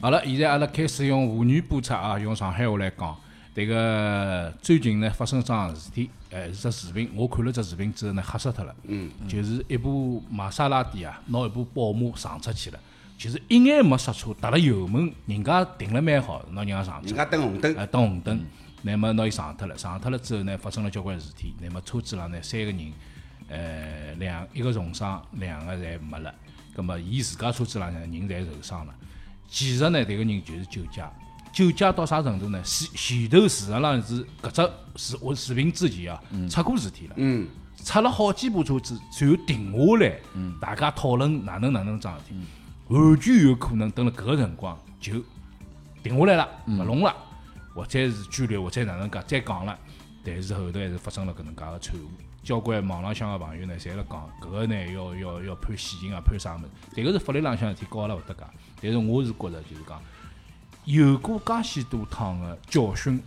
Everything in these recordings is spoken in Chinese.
阿拉现在阿拉开始用妇女播出啊，用上海话来讲，迭个最近呢发生桩事体，哎，是只视频，我看了只视频之后呢，吓死脱了。嗯，就是一部玛莎拉蒂啊，拿一部宝马撞出去了，就是一眼没刹车，踏了油门，人家停了蛮好，拿人家上去人了。家等红灯，啊，等红灯，那么拿伊上脱了，上脱了之后呢，发生了交关事体，那么车子上呢三个人，呃，两一个重伤，两个侪没了，葛么伊自家车子上呢人侪受伤了。其实呢，迭个人就是酒驾，酒驾到啥程度呢？前前头事实上是搿只视我视频之前啊，出过事体了。嗯，出了好几部车子，最后停下来，大家讨论哪能哪能桩事体，完全有可能等了搿个辰光就停下来了，勿弄了，或者是拘留，或者哪能介再讲了。但是后头还是发生了搿能介个惨祸，交关网浪向个朋友呢，侪辣讲搿个呢要要要判死刑啊，判啥物事？迭个是法律浪向的事体，跟阿拉勿搭界。但是我是觉着就是讲，有过介许多趟个教训，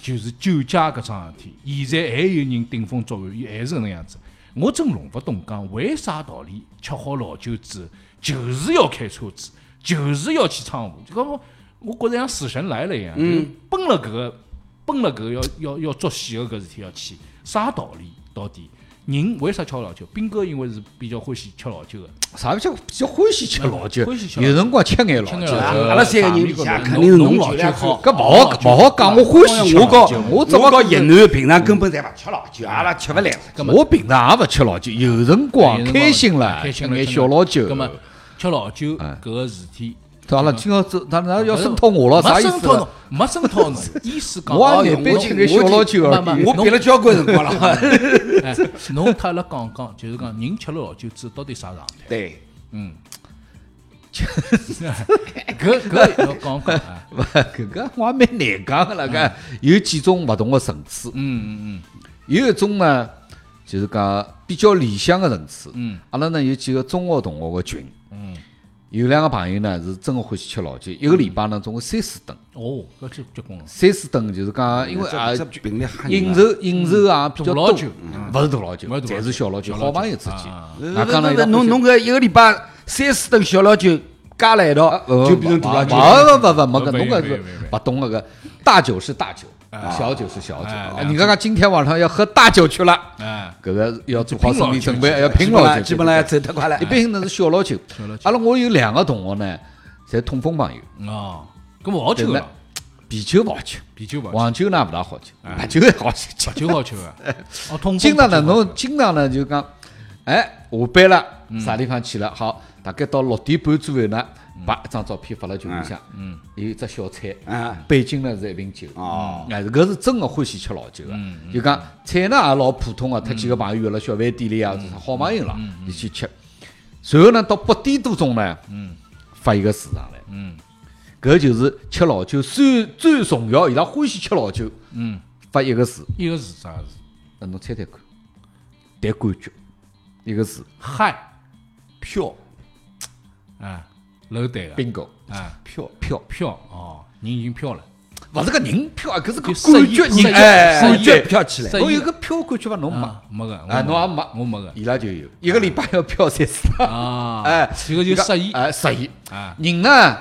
就是酒驾搿桩事体，现在还有人顶风作案，伊还是搿能样子。我真弄勿懂，讲为啥道理吃好老酒之后，就是要开车子，就是要去闯祸，就讲我我觉着像死神来了一样，嗯就是奔了搿个奔了搿个要要要作死个搿事体要去，啥道理到底？人为啥吃老酒？斌哥因为是比较欢喜吃老酒个，啥叫叫欢喜吃老酒欢喜，吃老酒有辰光吃眼老吃眼酒。老酒阿拉三个人里向肯定是侬侬老老酒酒好好，搿勿好勿好讲，我欢喜吃我老告酒，我我只勿告过越南平常根本侪勿吃老酒，阿拉吃勿来。我平常也勿吃老酒，有辰光有辰光开心了，开吃心眼小老酒。葛么吃老酒搿个事体，对阿拉今朝这，哪啊哪要声讨我了，啥意没声思讨侬了？，没声讨 侬，意思讲我哦也哟眼边我吃眼小老酒而慢已慢。我憋了交关辰光了。哎，侬特了讲讲，就是讲人吃了老酒之后到底啥状态？对，搿搿要讲讲啊。勿，搿个我也蛮难讲个啦，搿有几种勿同个层次。嗯嗯有一种呢，就是讲比较理想个层次。嗯阿拉呢有几个中学同学个群，嗯嗯，有两个朋友呢是真个欢喜吃老酒，一个礼拜呢总共三四顿，哦，搿就结棍了。三四顿就是讲因为这啊这频率吓人应啊酬应酬啊比较大老多，勿酒是大老酒，勿是大老侪酒是小老酒，小老好酒朋友之间啊。那讲了勿是勿是侬侬搿一个礼拜三四顿小老酒加辣一道，就变成大老酒。勿勿勿勿，搿侬搿没是没没勿懂搿个大酒是大酒，小酒是小酒。哎人家讲今天晚上要喝大酒去了，哎，搿个要做好拼老心理酒准备，去要拼老酒。基本上要走得快了一。般性呢是小老酒小老。酒阿拉我有两个同学呢，侪痛风朋友，哦，搿勿好吃对个了，啤酒勿好吃，啤酒勿好黄酒呢勿大好吃，白酒也好吃。吃，白酒好吃个。哦，通风经常呢，白酒好侬经常呢就讲，哎，下班了，啥地方去了？好，大概到六点半左右呢，把一张照片发了群里向，嗯，有一只小菜，啊，背景呢是一瓶酒，哦，哎，搿是真个欢喜吃老酒个，就讲菜呢也老普通个，啊他几个朋友约了小饭店里啊，是好朋友啦，一起吃。随后呢，到八点多钟呢，嗯，发一个市场来，嗯，搿就是吃老酒最最重要，伊拉欢喜吃老酒，嗯，发一个字，吃一个是啥字？那侬猜猜看，谈感觉，一个字嗨，票啊，楼对个， ，bingo，啊，票票，票哦，人已经票了，勿是个人票，搿是个就色感一觉色人一哎，色一对飘起来色一侬有个票感觉伐？侬没，啊没个，啊侬也没个，没我没个伊拉就有，一个礼拜要票三次。啊。 哎，这个就色适宜哎，适宜。啊，人呢，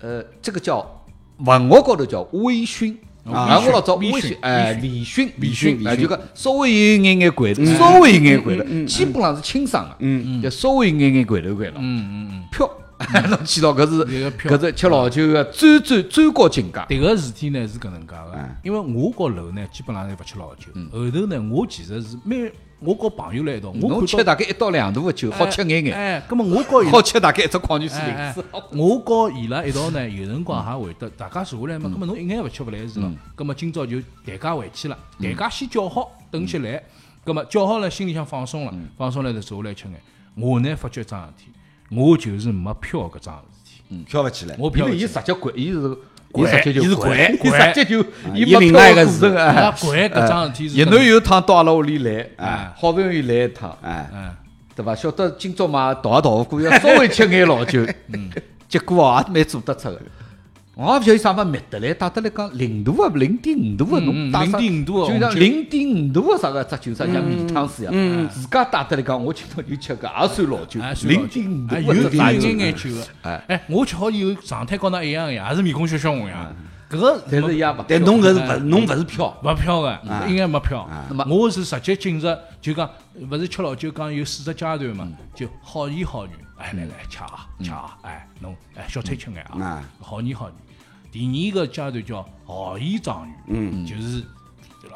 呃，这个叫文学高头叫微醺。啊啊，我老早微微醺嗯醺，哎，微微醺，微微醺醺，哎，就讲稍微有一眼眼怪头，稍微有一眼怪头，嗯基本上是清爽的，嗯嗯，就稍微有眼眼怪头怪了。嗯嗯嗯，飘， 侬去到搿一个是飘搿是吃老酒啊的最最最高境界。迭个事体呢是搿能介个，哎因为我和楼呢基本上侪勿吃老酒，嗯后头呢我其实是蛮，我和朋友辣一道，我侬看吃到大概一到两大的酒，好吃眼眼，哎，葛末我和伊好吃大概一只矿泉水哎 零哎食。我和伊拉一道呢，有辰光也会得，大家坐下来嗯嘛，葛么侬一眼勿吃勿来事了，葛么今朝就大家回去了，嗯大家先叫好，等歇来，葛么叫好了，心里向放松了，嗯放松了就坐下来吃眼。我呢发觉一桩事体，我就是没票搿桩事体，飘勿起来。我因票为勿伊起直接掼，伊是掼，伊直接啊伊是就 掼伊掼直接就伊伊没另外一个过是程来哎阿。掼搿桩事体是一搿南能有一趟到阿拉屋里来，哎好不容易来一趟，哎，嗯哎。对伐？晓得今朝 嘛逃也逃勿过，要稍微吃眼老酒，嗯，结果啊也蛮做得出个。我也勿晓得有啥物事灭得来，打得来讲零度啊，零点五度啊，侬嗯打啥0.5度啊就像红酒零点五度啊啥个，只酒啥像米汤水一嗯样，自家打得来讲，我今朝就吃个也算老酒哎，算老零酒点五哎，度啊有只啥有酒眼，眼酒个。哎哎，我吃好有状态跟㑚一样个呀，也是面孔血血红呀。搿个嗯但是伊也勿但侬搿是勿侬勿是飘，没飘个，应该没飘啊。那么我是直接进入，就讲勿是吃老酒讲有四只阶段嗯嘛，就好言好语，哎来来吃啊吃啊，哎侬哎小菜吃眼嗯啊啊，好言好语。第二个阶段叫豪言壮语，嗯，就是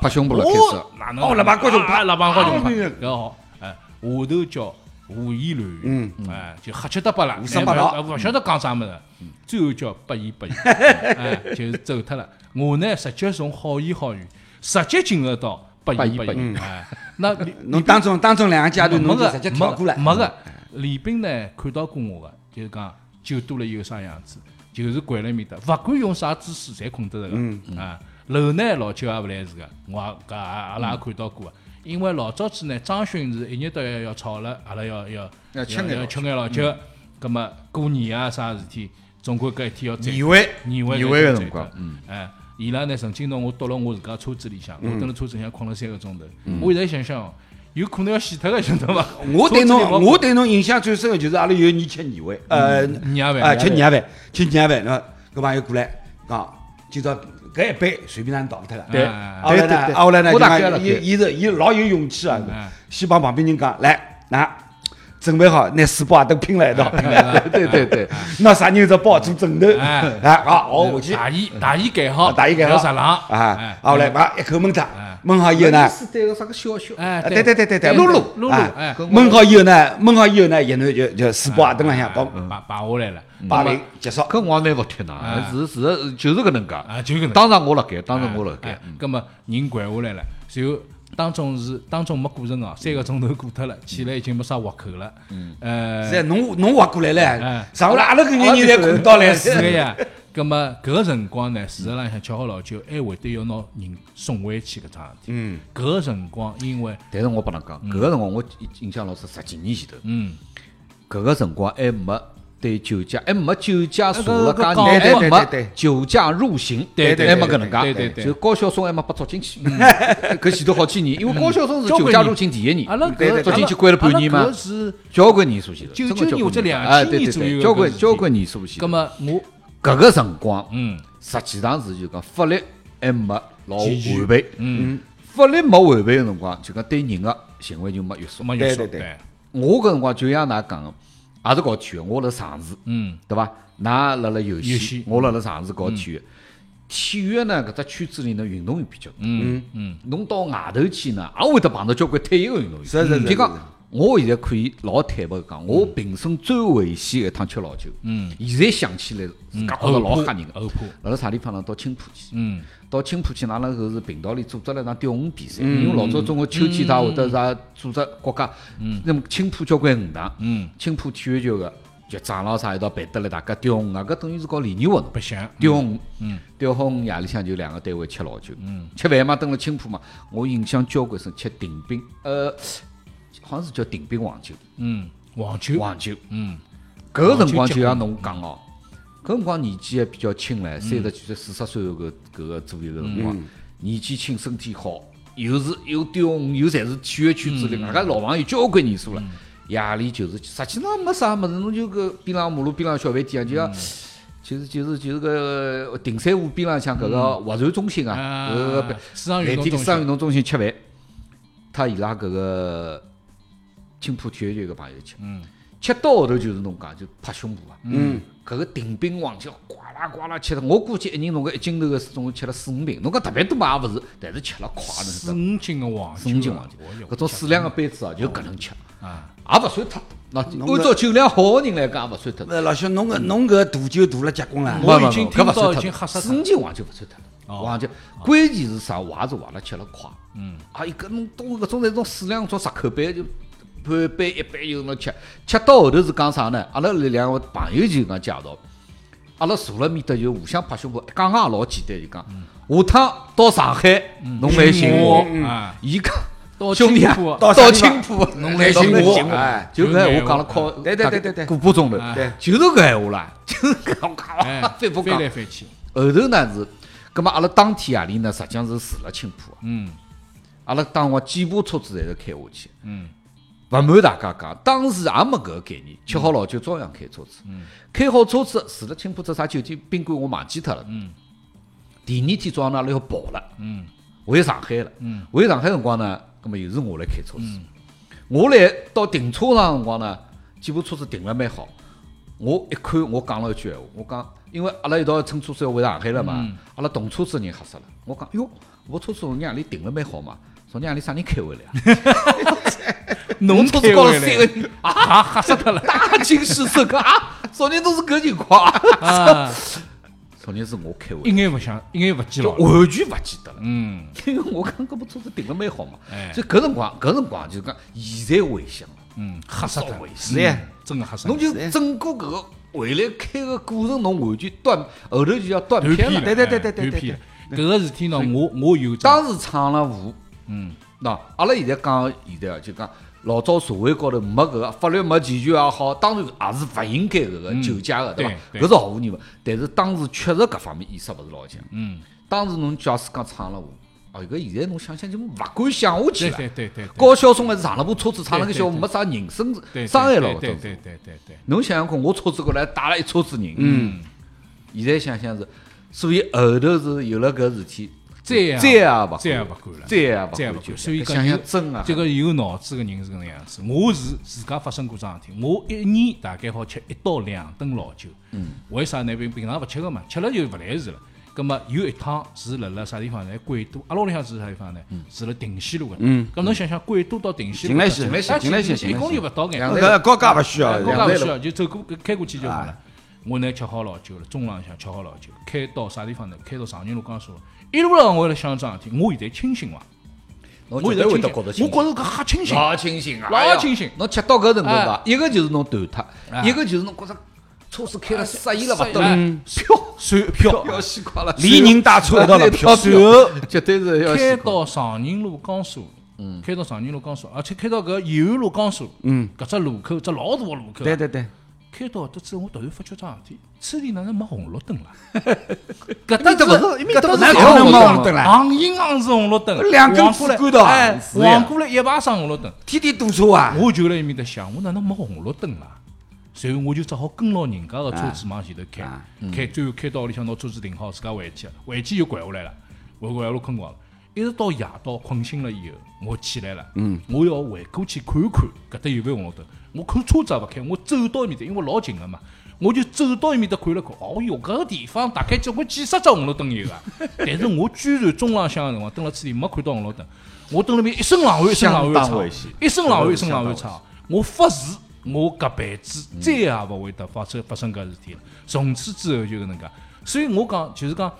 拍胸脯了开始哦，哪能哦喇叭高胸拍，啊喇叭高胸啊拍，搿好，哎，下头叫胡言乱语，哎，就瞎七搭八啦，胡说八道哎勿勿晓得讲啥物事，最后叫不言不语，哎，就是走脱了。我呢，直接从好言好语，直接进入到不言不不言不语，哎，那李侬当中当中两个阶段嗯没侬就个直接没跳个过了。没个，李斌呢看到过我个，就是讲酒多了以后啥样子，就是掼了面搭，勿管用啥姿势侪控得着个啊。楼呢老酒也勿来事个，我也搿也阿拉也看到过个，因为老早子呢张勋是一日到夜要吵了，阿拉要要要吃眼要老吃眼老酒，葛末过年啊啥事体，总归搿一天要走。年会年会年会个辰光，嗯，哎，伊拉呢曾经拿我丢了我自家车子里向，我嗯蹲辣车子里向困了三个钟头。我现在想想哦，有可能要死脱个，晓得伐？嗯我对车子里侬，没我对侬印象最深的就是阿拉有一年吃年会，呃，年夜饭啊，吃年夜饭，吃年夜饭，那搿朋友过来讲，今朝搿一杯随便哪能倒勿脱了。对啊后来呢，啊后来呢，我就大概了讲伊伊是伊老有勇气啊嗯，先帮旁边人讲，来，㑚准备好，拿四包啊都拼了一道， 对对对，拿啥牛肉包做枕头，哎哎，啊，哦，回去。大衣大衣盖好，大衣盖好，不要晒冷哎啊！后来，把一口闷它，闷好以后 有呢呢，，是对个啥个小小，哎，啊对对对对对，露露露露露，啊哎，焖好以后呢，焖好以后呢，然后就就四包啊等浪向包嗯摆摆下来了，摆零结束。搿我也蛮服帖哎㑚，啊是是的就是搿能介，啊，就搿能。当场我辣盖，当场我辣盖哎，，嗯葛末人掼下来了，然后当中是当中没过程哦，三个钟头过脱了，起来已经没啥活口了，嗯，呃，现在侬侬挖过来了哎，上下来阿拉搿 眼人侪看到了，是个 呀。葛么搿个辰光呢，事实浪向吃好老酒，还会得要拿人送回去搿桩事体。嗯，搿个辰光因为但是我帮侬讲，搿个辰光我印象老是十几年前头，嗯，搿个辰光还没对酒驾，还没酒驾查那了个讲，搞还过没酒驾入刑，对对还对没搿能对介，对嗯对就高晓松还没被捉进去， 搿前头好几年，因嗯为高晓松是酒驾入刑第一年阿拉，对搿捉进去关了半年阿嘛拉搿，是交关年数前头，九真的九年或者交关两哎千对年对左右对，的搿事交关体交关年数前头葛，么我搿个辰光，嗯实际上是就讲法律还没老健全完备，嗯，法律没完备个辰光，就讲对人个行为就没约束。没有对对对对，我搿辰光就像㑚讲个，也是搞体育，我辣长治。嗯对伐？㑚辣辣游游戏戏，嗯我辣辣长治搞体育。体育呢，搿只圈子里呢，运动员比较多。嗯嗯，侬到外头去呢，也会得碰到交关退役个运动员。是是是就是讲，我现在可以老坦白地讲，我平生最危险个一趟吃老酒。嗯，现在想起来，自家觉着后老怕吓人个。后怕，辣辣啥地方呢？到青浦去。嗯到青浦去，㑚那个是频道里组织了一场钓鱼比赛，嗯因为老早中国秋季大会得啥组织国家，那么青浦交关鱼塘，嗯，青浦体育局个局长咾啥一道办得来，大家钓鱼啊，搿等于是搞联谊活动。白相，钓鱼，嗯钓好鱼夜里向就两个单位吃老酒，吃饭嘛，蹲辣青浦嘛，我印象交关深，吃鼎鑫，呃，好像是叫鼎鑫黄酒，嗯，黄酒，黄酒，嗯搿个辰光就像侬讲哦，嗯搿辰光年纪还比较轻唻，三十几岁、四十岁搿个搿个左右个辰光，年纪轻，身体好，又是又钓鱼，又侪是体育圈子里，外加老朋友交关年数了。夜里就是，实际上没啥物事，侬就搿边浪马路边浪小饭店啊，就像。就是就是就是个鼎山湖边浪向搿个划船中心嗯啊，搿个啊，市场运每动天中市场心，运动中心吃饭，他伊拉搿个青浦体育局个朋友吃，嗯吃到后头就是侬讲就拍胸脯啊，嗯，搿个顶冰王就呱啦呱啦吃的，我估计一人弄个一斤头个总共吃了四五瓶，侬讲特别多嘛也勿是，但是吃了快侬四知道五斤个黄酒，啊四五斤黄酒我就，搿种适量个杯子啊就搿能吃，啊，也勿算太多，那侬搿按照酒量好个人来讲也勿算太多，呃，老兄，侬搿侬搿大酒大了结棍了嗯，没我没已经没听搿勿算到太已经多吓死四五斤黄酒勿算太多，哦黄酒关键是啥？我也是为了吃了快。嗯啊，伊搿侬当搿种侪种适量种十口杯就半杯一杯就侬吃，吃到后头是讲啥呢？阿拉两个朋友就讲介绍，阿拉坐辣面搭就互相拍胸脯，讲嗯讲也老简单，就讲下趟到上海侬来寻我嗯啊。伊讲到兄弟啊青浦，到到啥地方青浦，侬来来寻我我，哎，就搿闲话讲了靠，对对对对对古巴中头对，就是搿闲话啦，就是搿我 哎讲，反复翻讲。来翻去，后头呢是，葛末阿拉当天啊夜里呢，实际上是住了青浦的，啊嗯阿拉当晚几部车子侪是开下去的。嗯勿瞒大家讲，当时也没搿个概念，吃好老酒照样开车子。嗯开好车子，住了青浦只啥酒店宾馆我忘记脱了。嗯第二天早上呢，阿拉要跑了，嗯回上海了。嗯回上海辰光呢，葛末又是我来开车子。我来到停车场辰光呢，几部车子停了蛮好。我一看，我讲了一句闲话，我讲，因为阿拉一道乘车子要回上海了嘛嗯，阿拉同车子人吓死了。我讲，哟，我车子从夜里停了蛮好嘛，从夜里啥人开回来啊？侬车开子 高头回三来个人啊，吓死他了！大惊失色，讲啊，昨天都是搿情况 啊，啊，昨天是我开回一来，眼勿想，一眼勿记就牢。完全勿记得了。嗯，因为我讲搿部车子停了蛮好嘛哎，所以搿辰光搿辰光就是讲现在回想了，嗯，吓死少脱回了，事嗯呀，真个吓死侬人。就整个搿个回来开个过程，侬完全断后头就要断断片片了，了。对对哎对对对断对片了。搿个事体呢，我我有张，当时闯了祸，嗯喏，阿拉现在讲现在啊，就讲老早社会高头没搿个法律没健全也好，当然也是勿应该搿个嗯酒驾个，对伐？对搿对是毫无疑问。但是当时确实搿方面意识勿是老强。嗯，当时侬假使讲闯了祸，哦，搿现在侬想想就勿敢想下对去啊了。对对对，对高晓松还是上了部车子，闯了个对对笑话，对没啥人身对伤害了对搿对种。对对对对，侬想想看，我车子高头还打了一车子人。嗯，现在想想是，所以后头是有了搿事体，再也再也勿再也勿敢了再也勿再也敢勿就敢。所以讲想有想真啊，这个有脑子个人是搿能样子。我是自家发生过桩事体，我一年大概好吃一到两顿老酒。嗯，为啥呢？平平常勿吃个嘛，吃了就勿来事了。葛么有一趟是辣辣啥地方呢？贵都，阿拉屋里向是啥地方呢？是辣定西路个。嗯，葛么侬想想，贵都到定西路近搭，来些些近来些一公里勿到眼。两哦搿高架勿需要，哎，两哎公站也路勿需要，就走过开过去就好了。我呢吃好老酒了，中浪向吃好老酒，开到啥地方呢？开到长宁路江苏路，一路浪我辣想桩事体，我现在清醒伐？我我现绝在对清哦会醒，得觉我着觉清着醒。搿瞎清醒，老清醒啊！老哎呀清醒侬吃到搿程度哎伐？一个就是侬断脱哎，一个就是侬觉着车子开了适意了勿适意得了哎了，飘算票飘死快了，连人带车一道了飘。随后绝对是要开死光到长宁路江苏，嗯，开到长宁路江苏，而且开到搿延安路江苏，嗯，搿只路口，只老大个路口啊，对对对，开到搿之后，我突然发觉桩事体，车里哪能没红绿灯 了？搿面搭搭勿是是一面搭勿是搿搭侪红绿灯行了行银行是红绿灯，两根横刺过来管啊道哎，是呀横过来一排上红绿灯。天天堵车啊，我就辣埃面搭想，我哪能没红绿灯啦？随后我就只好跟牢人家个车子往前头开啊，嗯开最后开到屋里向拿车子停好，自家回去，回去又拐下来了，回过来我困觉了，一直到夜到困醒了以后，我起来了，嗯我要回过去看一看搿搭有没有红绿灯。我看车子也勿开，我走到埃面搭，因为老近个嘛，我就走到埃面搭看了看，哦哟，搿个地方大概交关几十只红绿灯 有啊，但是我居然中浪向个辰光蹲辣车里没看到红绿灯，我蹲辣面一身冷汗，一身冷相汗当出来危险一身冷汗，一身冷汗出。我发誓，我搿辈子再也勿会得发生发生搿事体了。从此之后就搿能介，所以我讲就是讲，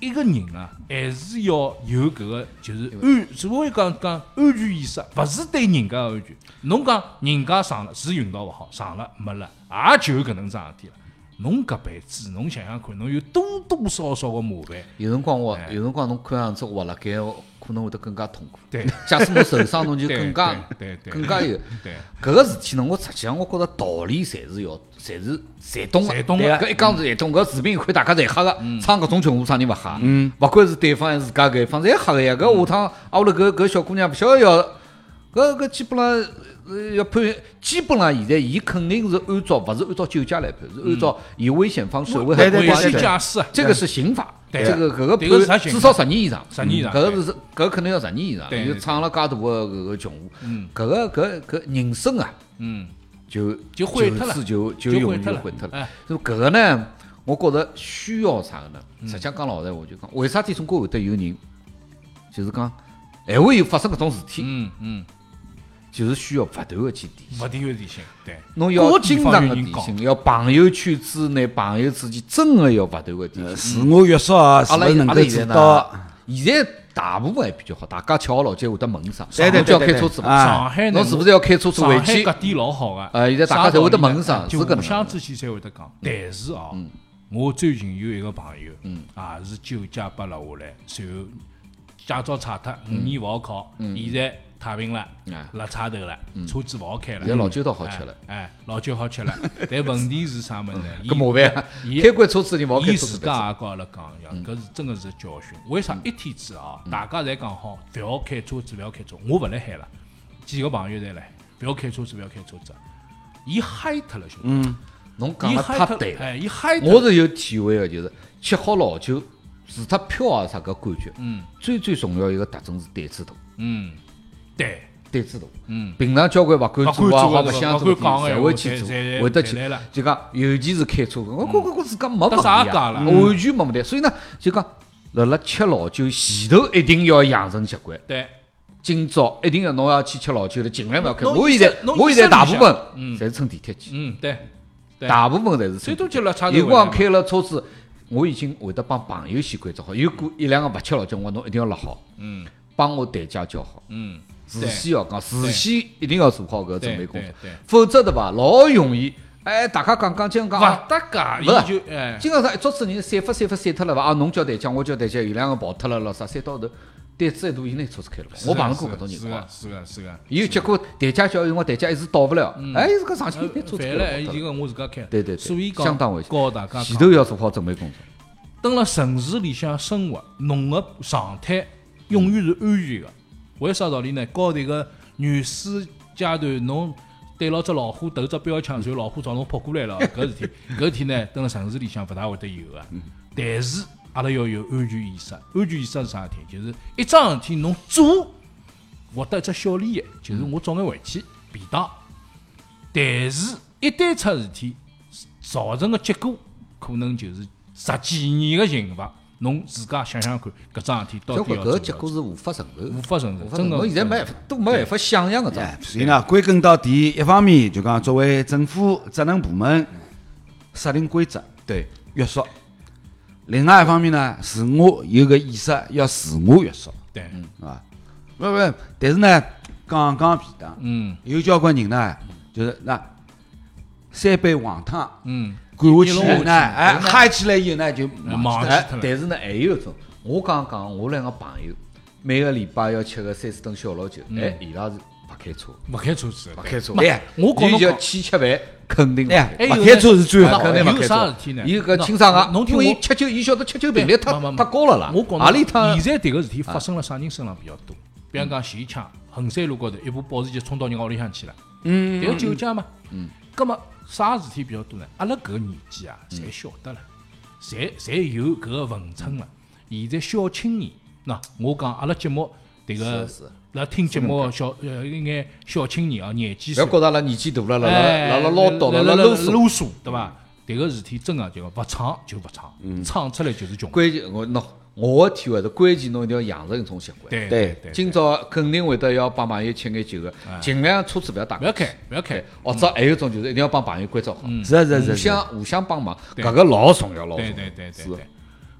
一个人啊，还是要有搿个就是安，所谓讲讲安全意识，勿是对人家的安全。侬讲人家上了是运道勿好，上了没了，也就搿能桩事体了。侬搿辈子，侬想想看，侬有多多少少个麻烦。有辰光哎我，有辰光侬看上去滑辣盖，哦可能会得更加痛苦。对，假使侬受伤，侬就对更加对对对更加有。对，搿个事体呢，我实际上我觉着道理侪是要，侪是侪懂的侪懂的对啊伐搿一讲是侪懂，搿视频一看大家侪吓个，嗯唱搿种穷话啥人勿吓？嗯，勿管是对方还是自家搿一方，侪吓个呀。嗯搿下趟啊，我拉搿搿小姑娘勿晓得要，搿搿基本上呃要判，基本上现在伊肯定是按照勿是按照酒驾来判，是按照以危险方式危害对危对国家安险全。驾驶啊，这个是刑法，对这个搿个这个是啥判刑至法少十年以上，嗯十年以上搿对个是搿肯定要十年以上，对就对闯了介大个搿个穷户，搿个搿搿人生啊，嗯，就就毁脱了此就就就永毁远脱了毁脱了哎。所以搿个呢，我觉着需要啥个呢？嗯实际上讲老实闲话，就讲为啥体总归会得有人，就是讲还会有发生搿种事体，嗯嗯，就是需要不断个去提。勿停有提醒，对。侬要各地经方常有个人提讲醒，要朋友圈之内、朋友之间，真个要不断个提醒。自我约束啊是嗯阿不拉是能够阿拉做现在到呢？，现在大部分还比较好，大家吃好老酒会得问声，对对侬就要对开对车子嘛，啊上海呢侬是哎不是要开车子上回海去搿？点老好啊个，呃现在大家侪会得问嗯上就是搿能互相之间侪会得讲。但是哦，嗯啊我最近有一个朋友，嗯，也是酒驾被拉下来，随后驾照差脱，五年勿好考，现在太平了嗯哎，辣差头了，车子勿好开了，现在老酒倒好吃了哎，哎，老酒好 吃了，但问题是啥物事呢？伊搿麻烦啊，伊开关车子人勿好开伊车子自的嗯车家也跟阿拉讲一样，搿是真个是教训。为啥嗯一天子啊，大家侪讲好勿要开车子，勿要开车，我勿来海了，几个朋友侪来，勿要开车子，勿要开车子，啊伊嗨脱了，兄弟，侬嗯讲伊的嗨太脱对了，了，哎，伊嗨脱了，我是有体会的，就是吃好老酒，除脱飘啊啥个感觉，嗯最最重要一个特征是胆子大，嗯，对，胆子大。嗯，平常交关勿敢做不啊，敢做好啊勿想做勿敢讲事体，哎侪会去做，侪侪会得去侪来了。嗯就讲，尤其是开车，我觉觉觉自家没问题搭啥啊界了完全没问题。所以呢，就讲辣辣吃老酒前头一定要养成习惯，对，今朝一定要侬要去吃老酒了，尽量勿要开。侬我意现识在侬我意现在识大里部向分侪是乘地铁去，嗯对，对大部分侪是乘最。多就辣差头有回来嘛。辰光开了车子，我已经会得帮朋友先关照好。有过一两个勿吃老酒，我讲侬一定要落好，嗯帮我代驾叫好。嗯，事对先要讲，事先一定要做好搿个准备工作对对对，否则对伐？老容易，哎，大家讲讲今讲啊勿，搭嘎，伊勿是就哎，今朝上一桌子人散发散发散脱了伐？啊，侬叫代驾，我叫代驾，有两个跑脱了咯啥？散到头，胆子一大，伊拿车子开了伐。我碰着过搿种情是况个，是啊个是个， 伊有结果代驾叫，有辰光代驾一时到勿了，哎，伊自家上去呃拿车子开烦了，了伊跑就脱了。讲我自家开。对对对所以讲相当危险告大家前讲，头要做好准备工作。蹲辣城市里向生活，侬个状态永远是安全个。为啥道理呢？高头个原始阶段，侬对牢只老虎投只标枪，然后老虎朝侬扑过来了，搿事体，搿事体呢，蹲辣城市里向勿大会得有个。但是阿拉要有安全意识，安全意识是啥事体？就是一桩事体侬做，获得一只小利益，就是我早眼回去便当。但是，一旦出事体，造成个结果可能就是十几年个刑罚。侬自家想想看，搿桩事体到交底关要做搿个勿结做果是无法承受的，无法承受无法真的侬现在无没法办法，都没办法想象搿种。哎，所以呢，归根到底，一方面就讲作为政府职能部门，设定规则对，约束；另外一方面呢，自我有个意识要自我约束，对，嗯是吧？不不，但是呢，讲讲便当，嗯有交关人呢，就是那三杯黄汤嗯，灌一下弄去下了去呢，哎，嗨起来以后呢就忘忘记脱记了了哎，但是呢，还有一种，我刚讲，我两个朋友每个礼拜要吃个三四顿小老酒，哎，伊拉是勿开车，勿开车子的，勿开车。哎对我跟侬你就讲去吃饭，肯定勿开哎还有呢勿开车是最好勿肯定勿有开啥事车体呢？伊搿那清爽啊，侬听因为伊我吃酒，伊晓得吃酒频率太没没没太高了啦。我讲阿里趟侬，现在迭个事啊体发生了啥人身上比较多？比方讲前抢衡山路高头一部保时捷冲到人家屋里向去了，嗯，迭个酒驾嘛，嗯，葛末啥事体比较多呢？阿拉搿个年纪啊，嗯侪晓得了，侪侪有搿个文称了。现在小青年，喏，我讲阿拉节目迭个是是，辣听节目的小呃一眼小青年啊，廿几勿要岁。觉着阿拉年纪大了，辣哎辣辣辣唠叨，辣辣辣啰嗦。啰嗦，对伐？迭个事体真个就勿闯就勿闯，嗯闯出来就是穷。关键我喏，我的体会是关键，侬一定要养成一种习惯。对对对，啊今朝肯定会得要帮朋友吃眼酒个，尽量车子勿要打勿。要开，勿要开对。或者还有一种就是一定要帮朋友关照好，嗯是啊是啊是啊是互啊相互相帮忙，对搿个老重要老重对要。对对对是的对。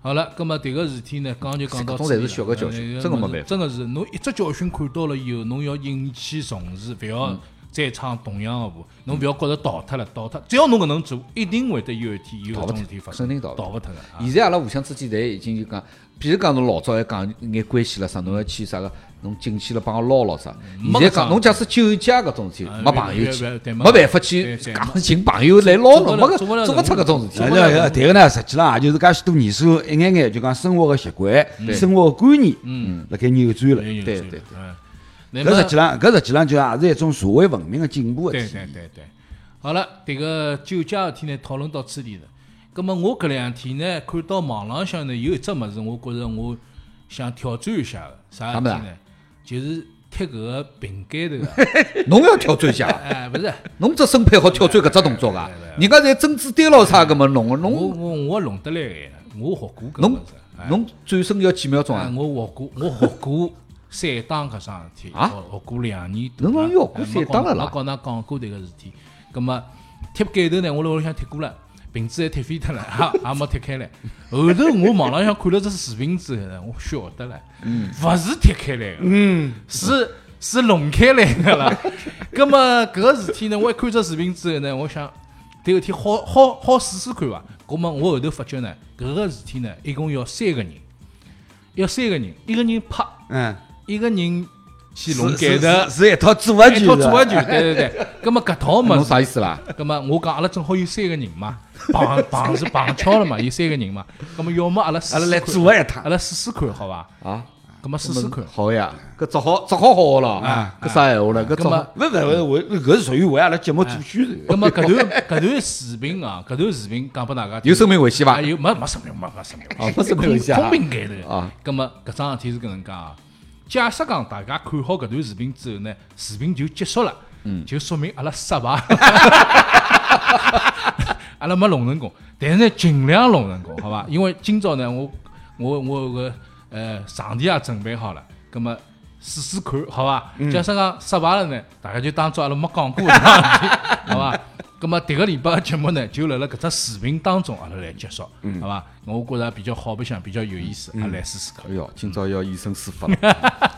好了，葛么迭个事体呢，讲就讲到搿种此侪地是了小个教训呃真个没是办法真个是，侬一只教训看到了以后，侬要引起重视，勿嗯要再唱同样个步，侬勿要觉着逃脱了，逃脱。只要侬搿能做，一定会得有一天有逃搿勿种脱事体发生，肯定逃勿脱逃勿脱个。啊现在阿拉互相之间侪已经就讲，譬如讲侬老早还讲眼关系了啥，侬要去啥个，侬进去了帮我捞捞啥。嗯没现在搿啥讲侬假使酒驾搿种事体啊，没别朋友别别去，对没没办法去对对讲寻朋友来捞做不侬，没了搿做不了做勿出搿种事哎，体。对对个呢，实际上也就是介许多年数，一眼眼就讲生活个习惯、生活个观念，嗯，辣盖扭转了。有对有对对嗯，那么搿实际上，搿实际上就也是一种社会文明个进步个对体对现。对对，好了，迭个酒驾事体呢，讨论到此地了。葛么我搿两天呢，看到网浪向呢有一只物事，我觉着我想挑战一下的，啥事体啥物啊呢？就是贴搿个饼干头 啊，侬要挑战一下，哎，勿是，侬只身配好挑战搿只动作啊对对！嗯人家侪针子对牢啥个么弄个，我侬我我弄得来个，我学过搿侬物事。哎侬转身要几秒钟哎啊？我学过，我学过散打搿桩事体，啊学学过两年多了。侬讲要哎学过散打了啦没告㑚讲过迭个事体。葛末贴盖头呢，我辣屋里向贴过了，瓶子还贴飞脱了，也也没贴开来。后头我网浪向看了只视频之后呢，我晓得了，勿是贴开来个，嗯，是是弄开来个啦。葛末搿个事体呢，我一看只视频之后呢，我想。迭个事体好好好试试看伐？葛末我后头发觉呢，搿个事体呢，一共要三个人，要三个人，一个人拍，嗯，一个人去弄是盖是头是，是一套组合一拳，套组合是吧拳，对对对。葛么搿套侬物事，啥意思啦？葛么我讲阿拉正好有三个人嘛， 碰碰是碰巧了嘛，有三个人嘛。葛么要么阿拉试阿拉试来看组合一趟阿。拉试试看好伐？啊，葛么试试看。好呀，搿只好只好好了啊，搿啥闲话了？搿只葛哎么好勿勿勿，我搿是属于为阿拉节目做宣传啊葛么啊搿段搿段视频啊，搿段视频讲拨大家听有生命危险伐啊？有没没什么用，没没什么用，啊没什么用空啊空瓶盖头啊。葛么搿桩事体是搿能介啊。假设讲大家看好搿段视频之后呢，视频就结束了，嗯就说明阿拉失败，阿拉没弄成功。但是呢，尽量弄成功，好伐？因为今朝呢，我我我有个呃场地也准备好了，葛么。试试看，好伐？假设讲失败了呢，大家就当做阿拉没讲过， 好伐？咁么迭个礼拜的节目呢，就辣辣搿只视频当中阿拉来结束，好伐？我觉着比较好白相，比较有意思，阿拉来试试看哎。哟，今朝要以身试法了，